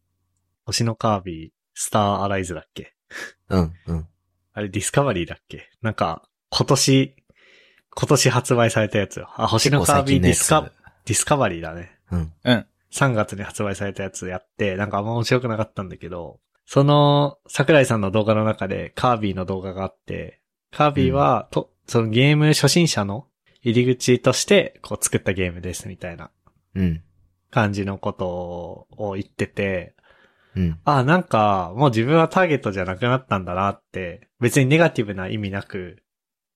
星のカービィ、スターアライズだっけ。
うん、うん。
あれディスカバリーだっけなんか、今年、今年発売されたやつよ。あ、星のカービィディスカ、ディスカバリーだね。
うん。
うん。
3月に発売されたやつやって、なんかあんま面白くなかったんだけど、その、桜井さんの動画の中でカービィの動画があって、カービィは、と、そのゲーム初心者の入り口として、こう作ったゲームですみたいな
うん。
感じのことを言ってて、
うん。
あ、なんか、もう自分はターゲットじゃなくなったんだなって、別にネガティブな意味なく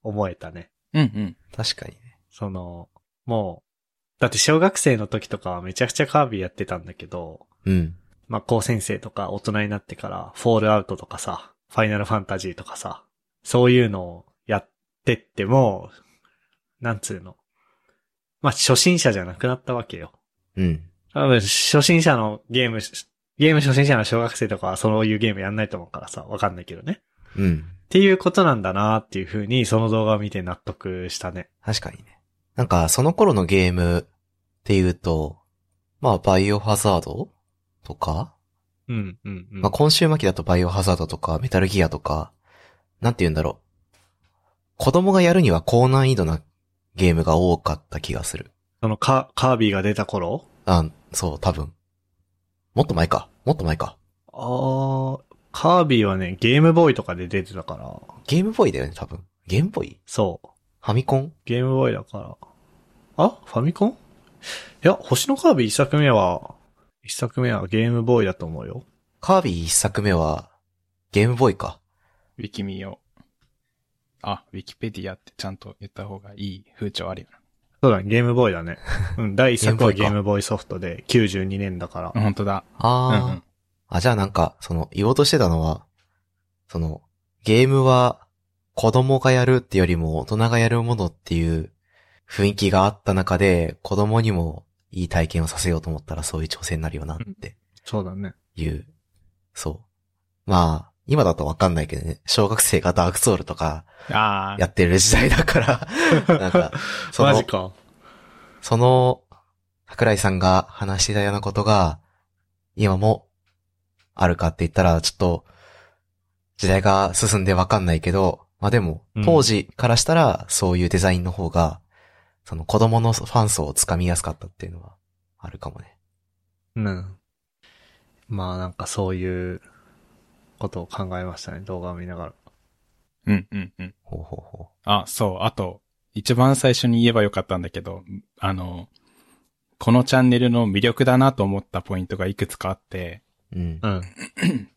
思えたね。
うんうん。
確かにね。
その、もう、だって小学生の時とかはめちゃくちゃカービィやってたんだけど、
うん。
まあ、高先生とか大人になってから、フォールアウトとかさ、ファイナルファンタジーとかさ、そういうのをやってっても、なんつうの。まあ、初心者じゃなくなったわけよ。
うん。
多分、初心者のゲーム、ゲーム初心者の小学生とかはそういうゲームやんないと思うからさ、わかんないけどね。
うん。
っていうことなんだなっていうふうに、その動画を見て納得したね。
確かにね。なんか、その頃のゲームっていうと、まあ、バイオハザードとか、
うん、うん、うん。
まあ、今週末期だとバイオハザードとか、メタルギアとか、なんて言うんだろう。子供がやるには高難易度なゲームが多かった気がする。
そのカ、カービィが出た頃
あ、そう、多分。もっと前か。もっと前か。
あー、カービィはね、ゲームボーイとかで出てたから、
ゲームボーイだよね、多分。ゲームボーイ
そう。
ファミコン
ゲームボーイだから。あファミコンいや、星のカービィ一作目は、一作目はゲームボーイだと思うよ。
カービィ一作目は、ゲームボーイか。
ウィキ見よう。あ、ウィキペディアってちゃんと言った方がいい風潮あるよ
そうだね、ゲームボーイ だね。うん、第一作は
ゲ
ゲ
ー
ー
ム
ムボーイソフトで92年だから。
な。本当だ。うんう
あー。
ん。
あ、じゃあなんか、その、言おうとしてたのは、その、ゲームは、子供がやるってよりも大人がやるものっていう雰囲気があった中で、子供にもいい体験をさせようと思ったらそういう挑戦になるよなって
そうだね。
いう、そう。まあ、今だとわかんないけどね、小学生がダークソウルとか
あ
やってる時代 だから、なんか、そ
マ
の
ジ、か。
その、桜井さんが話していたようなことが、今も、あるかって言ったら、ちょっと、時代が進んでわかんないけど、まあでも
う、ん
当時からしたら、そういうデザインの方が、その子供のファン層をつかみやすかったっていうのは、あるかもね。
うん。まあなんかそういうことを考えましたね、動画を見ながら。
あ。うんうんうん。
ほうほうほ
あ、そう。あと、一番最初に言えばよかったんだけど、あの、このチャンネルの魅力だなと思ったポイントがいくつかあって、
う。うん
う。ん。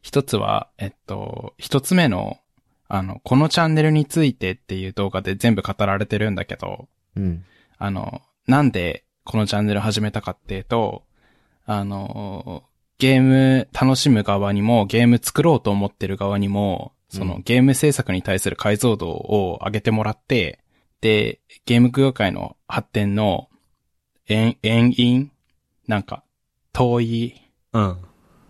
一つは、えっと、一つ目の、あの、このチャンネルについてっていう動画で全部語られてるんだけど、
うん。
あの、なんでこのチャンネル始めたかっていうと、あの、ゲーム楽しむ側にも、ゲーム作ろうと思ってる側にも、その、
うん
ゲーム制作に対する解像度を上げてもらって、で、ゲーム業界の発展の、遠、遠因なんか、遠い
うん。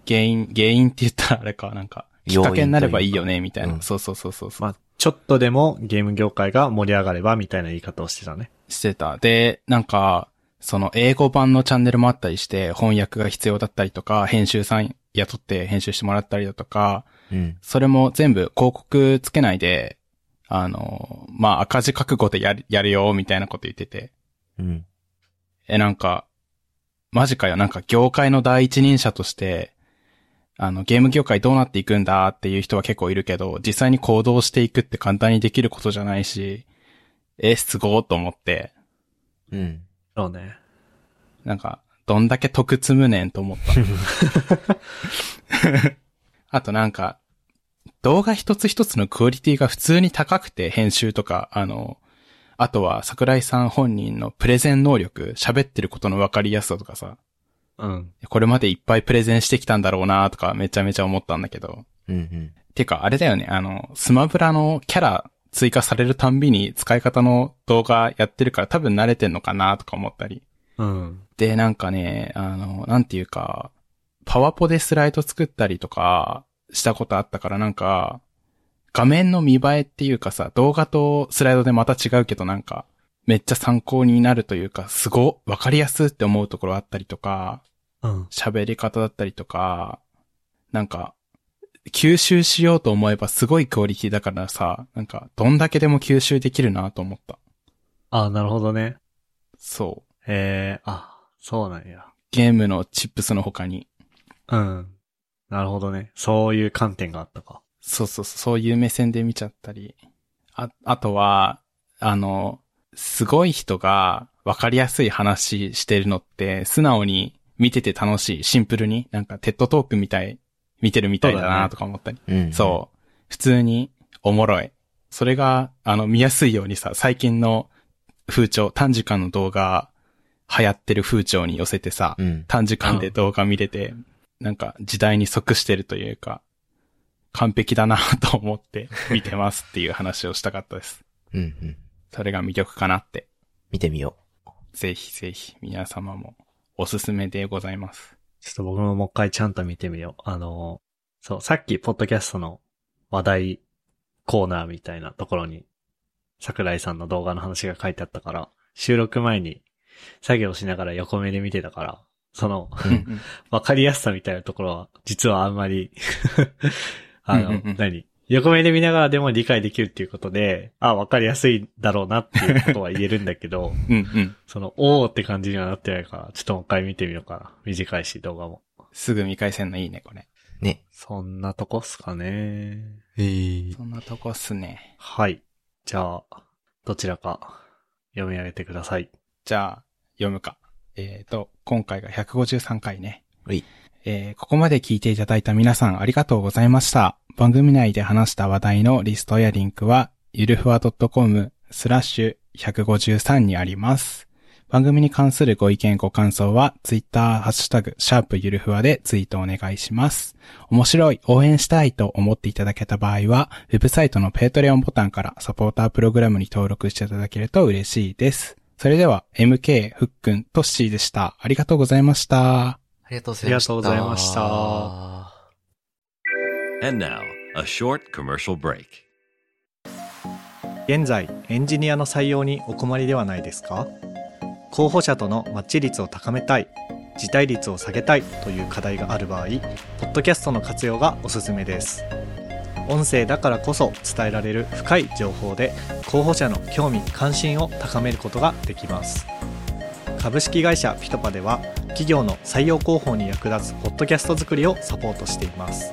原因、原因って言ったらあれか、なんか、きっかけになればいいよね、みたいな。
うん
そうそうそうそうそう。
まあ、ちょっとでもゲーム業界が盛り上がればみたいな言い方をしてたね。
してた。で、なんか、その英語版のチャンネルもあったりして、翻訳が必要だったりとか、編集さん雇って編集してもらったりだとか、
うん。
それも全部広告つけないで、あの、まあ、赤字覚悟でやる、やるよ、みたいなこと言ってて。
うん。
え、なんか、マジかよ、なんか業界の第一人者として、あの、ゲーム業界どうなっていくんだっていう人は結構いるけど、実際に行動していくって簡単にできることじゃないし、え、すごーと思って、
うん。
そうね。
なんか、どんだけ得積むねんと思った。あとなんか、動画一つ一つのクオリティが普通に高くて、編集とか、あの、あとは桜井さん本人のプレゼン能力、喋ってることの分かりやすさとかさ、
うん。
これまでいっぱいプレゼンしてきたんだろうなとかめちゃめちゃ思ったんだけど。
うん。うん。
てか、あれだよね、あの、スマブラのキャラ追加されるたんびに使い方の動画やってるから多分慣れてんのかなとか思ったり。
うん。
で、なんかね、あの、なんていうか、パワポでスライド作ったりとかしたことあったから、なんか、画面の見栄えっていうかさ、動画とスライドでまた違うけど、なんか、めっちゃ参考になるというか、すご、わかりやすって思うところあったりとか、
うん。
喋り方だったりとか、なんか、吸収しようと思えばすごいクオリティだからさ、なんか、どんだけでも吸収できるなと思った。
あ、なるほどね。
そう。
えー、あ、そうなんや。
ゲームのチップスの他に。
うん。なるほどね。そういう観点があったか。
そうそうそう、そういう目線で見ちゃったり。あ、あとは、あの、すごい人が分かりやすい話してるのって、素直に見てて楽しい、シンプルに、なんかテッドトークみたい、見てるみたいだ
そうだ
な
ね
とか思ったり。
うん。
そう。普通におもろい。それが、あの、見やすいようにさ、最近の風潮、短時間の動画、流行ってる風潮に寄せてさ、
う。うん。
短時間で動画見れて、なんか時代に即してるというか、完璧だなと思って見てますっていう話をしたかったです。
うん。うん。
それが魅力かなって。
見てみよ
ぜひぜひ皆様もおすすめでございます。
ちょっと僕ももう一回ちゃんと見てみよう。あのー、そう、さっき、ポッドキャストの話題コーナーみたいなところに、桜井さんの動画の話が書いてあったから、収録前に作業しながら横目で見てたから、その、
う。うん。
わかりやすさみたいなところは、実はあんまり、 あの、
うんうんうん
何横目で見ながらでも理解できるっていうことで、あ、わかりやすいだろうなっていうことは言えるんだけ ど、
うんうん。
その、おーって感じにはなってないから、ちょっともう一回見てみようかな。短いし、動画も。
すぐ見返せんのいいね、これ。
ね。
そんなとこっすかね。
えー
そんなとこっすね。
はい。じゃあ、どちらか読み上げてください。
じゃあ、読むか。えっ、と、今回が153回ね。
はい。
えーここまで聞いていただいた皆さんありがとうございました。番組内で話した話題のリストやリンクは、ゆるふわ .com スラッシュ153にあります。番組に関するご意見ご感想は、ツイッターハッシュタグ、シャープゆるふわでツイートお願いします。面白い、応援したいと思っていただけた場合は、ウェブサイトのペイトレオンボタンからサポータープログラムに登録していただけると嬉しいです。それでは、MK、ふっくん、とっしーでした。ありがとうございました。
ありがとうございました。
ありがとうございました。
And now, a short commercial break.
現在エンジニアの採用にお困りではないですか候補者とのマッチ率を高めたい辞退率を下げたいという課題がある場合ポッドキャストの活用がおすすめです音声だからこそ伝えられる深い情報で候補者の興味関心を高めることができます株式会社ピトパでは企業の採用広報に役立つポッドキャスト作りをサポートしています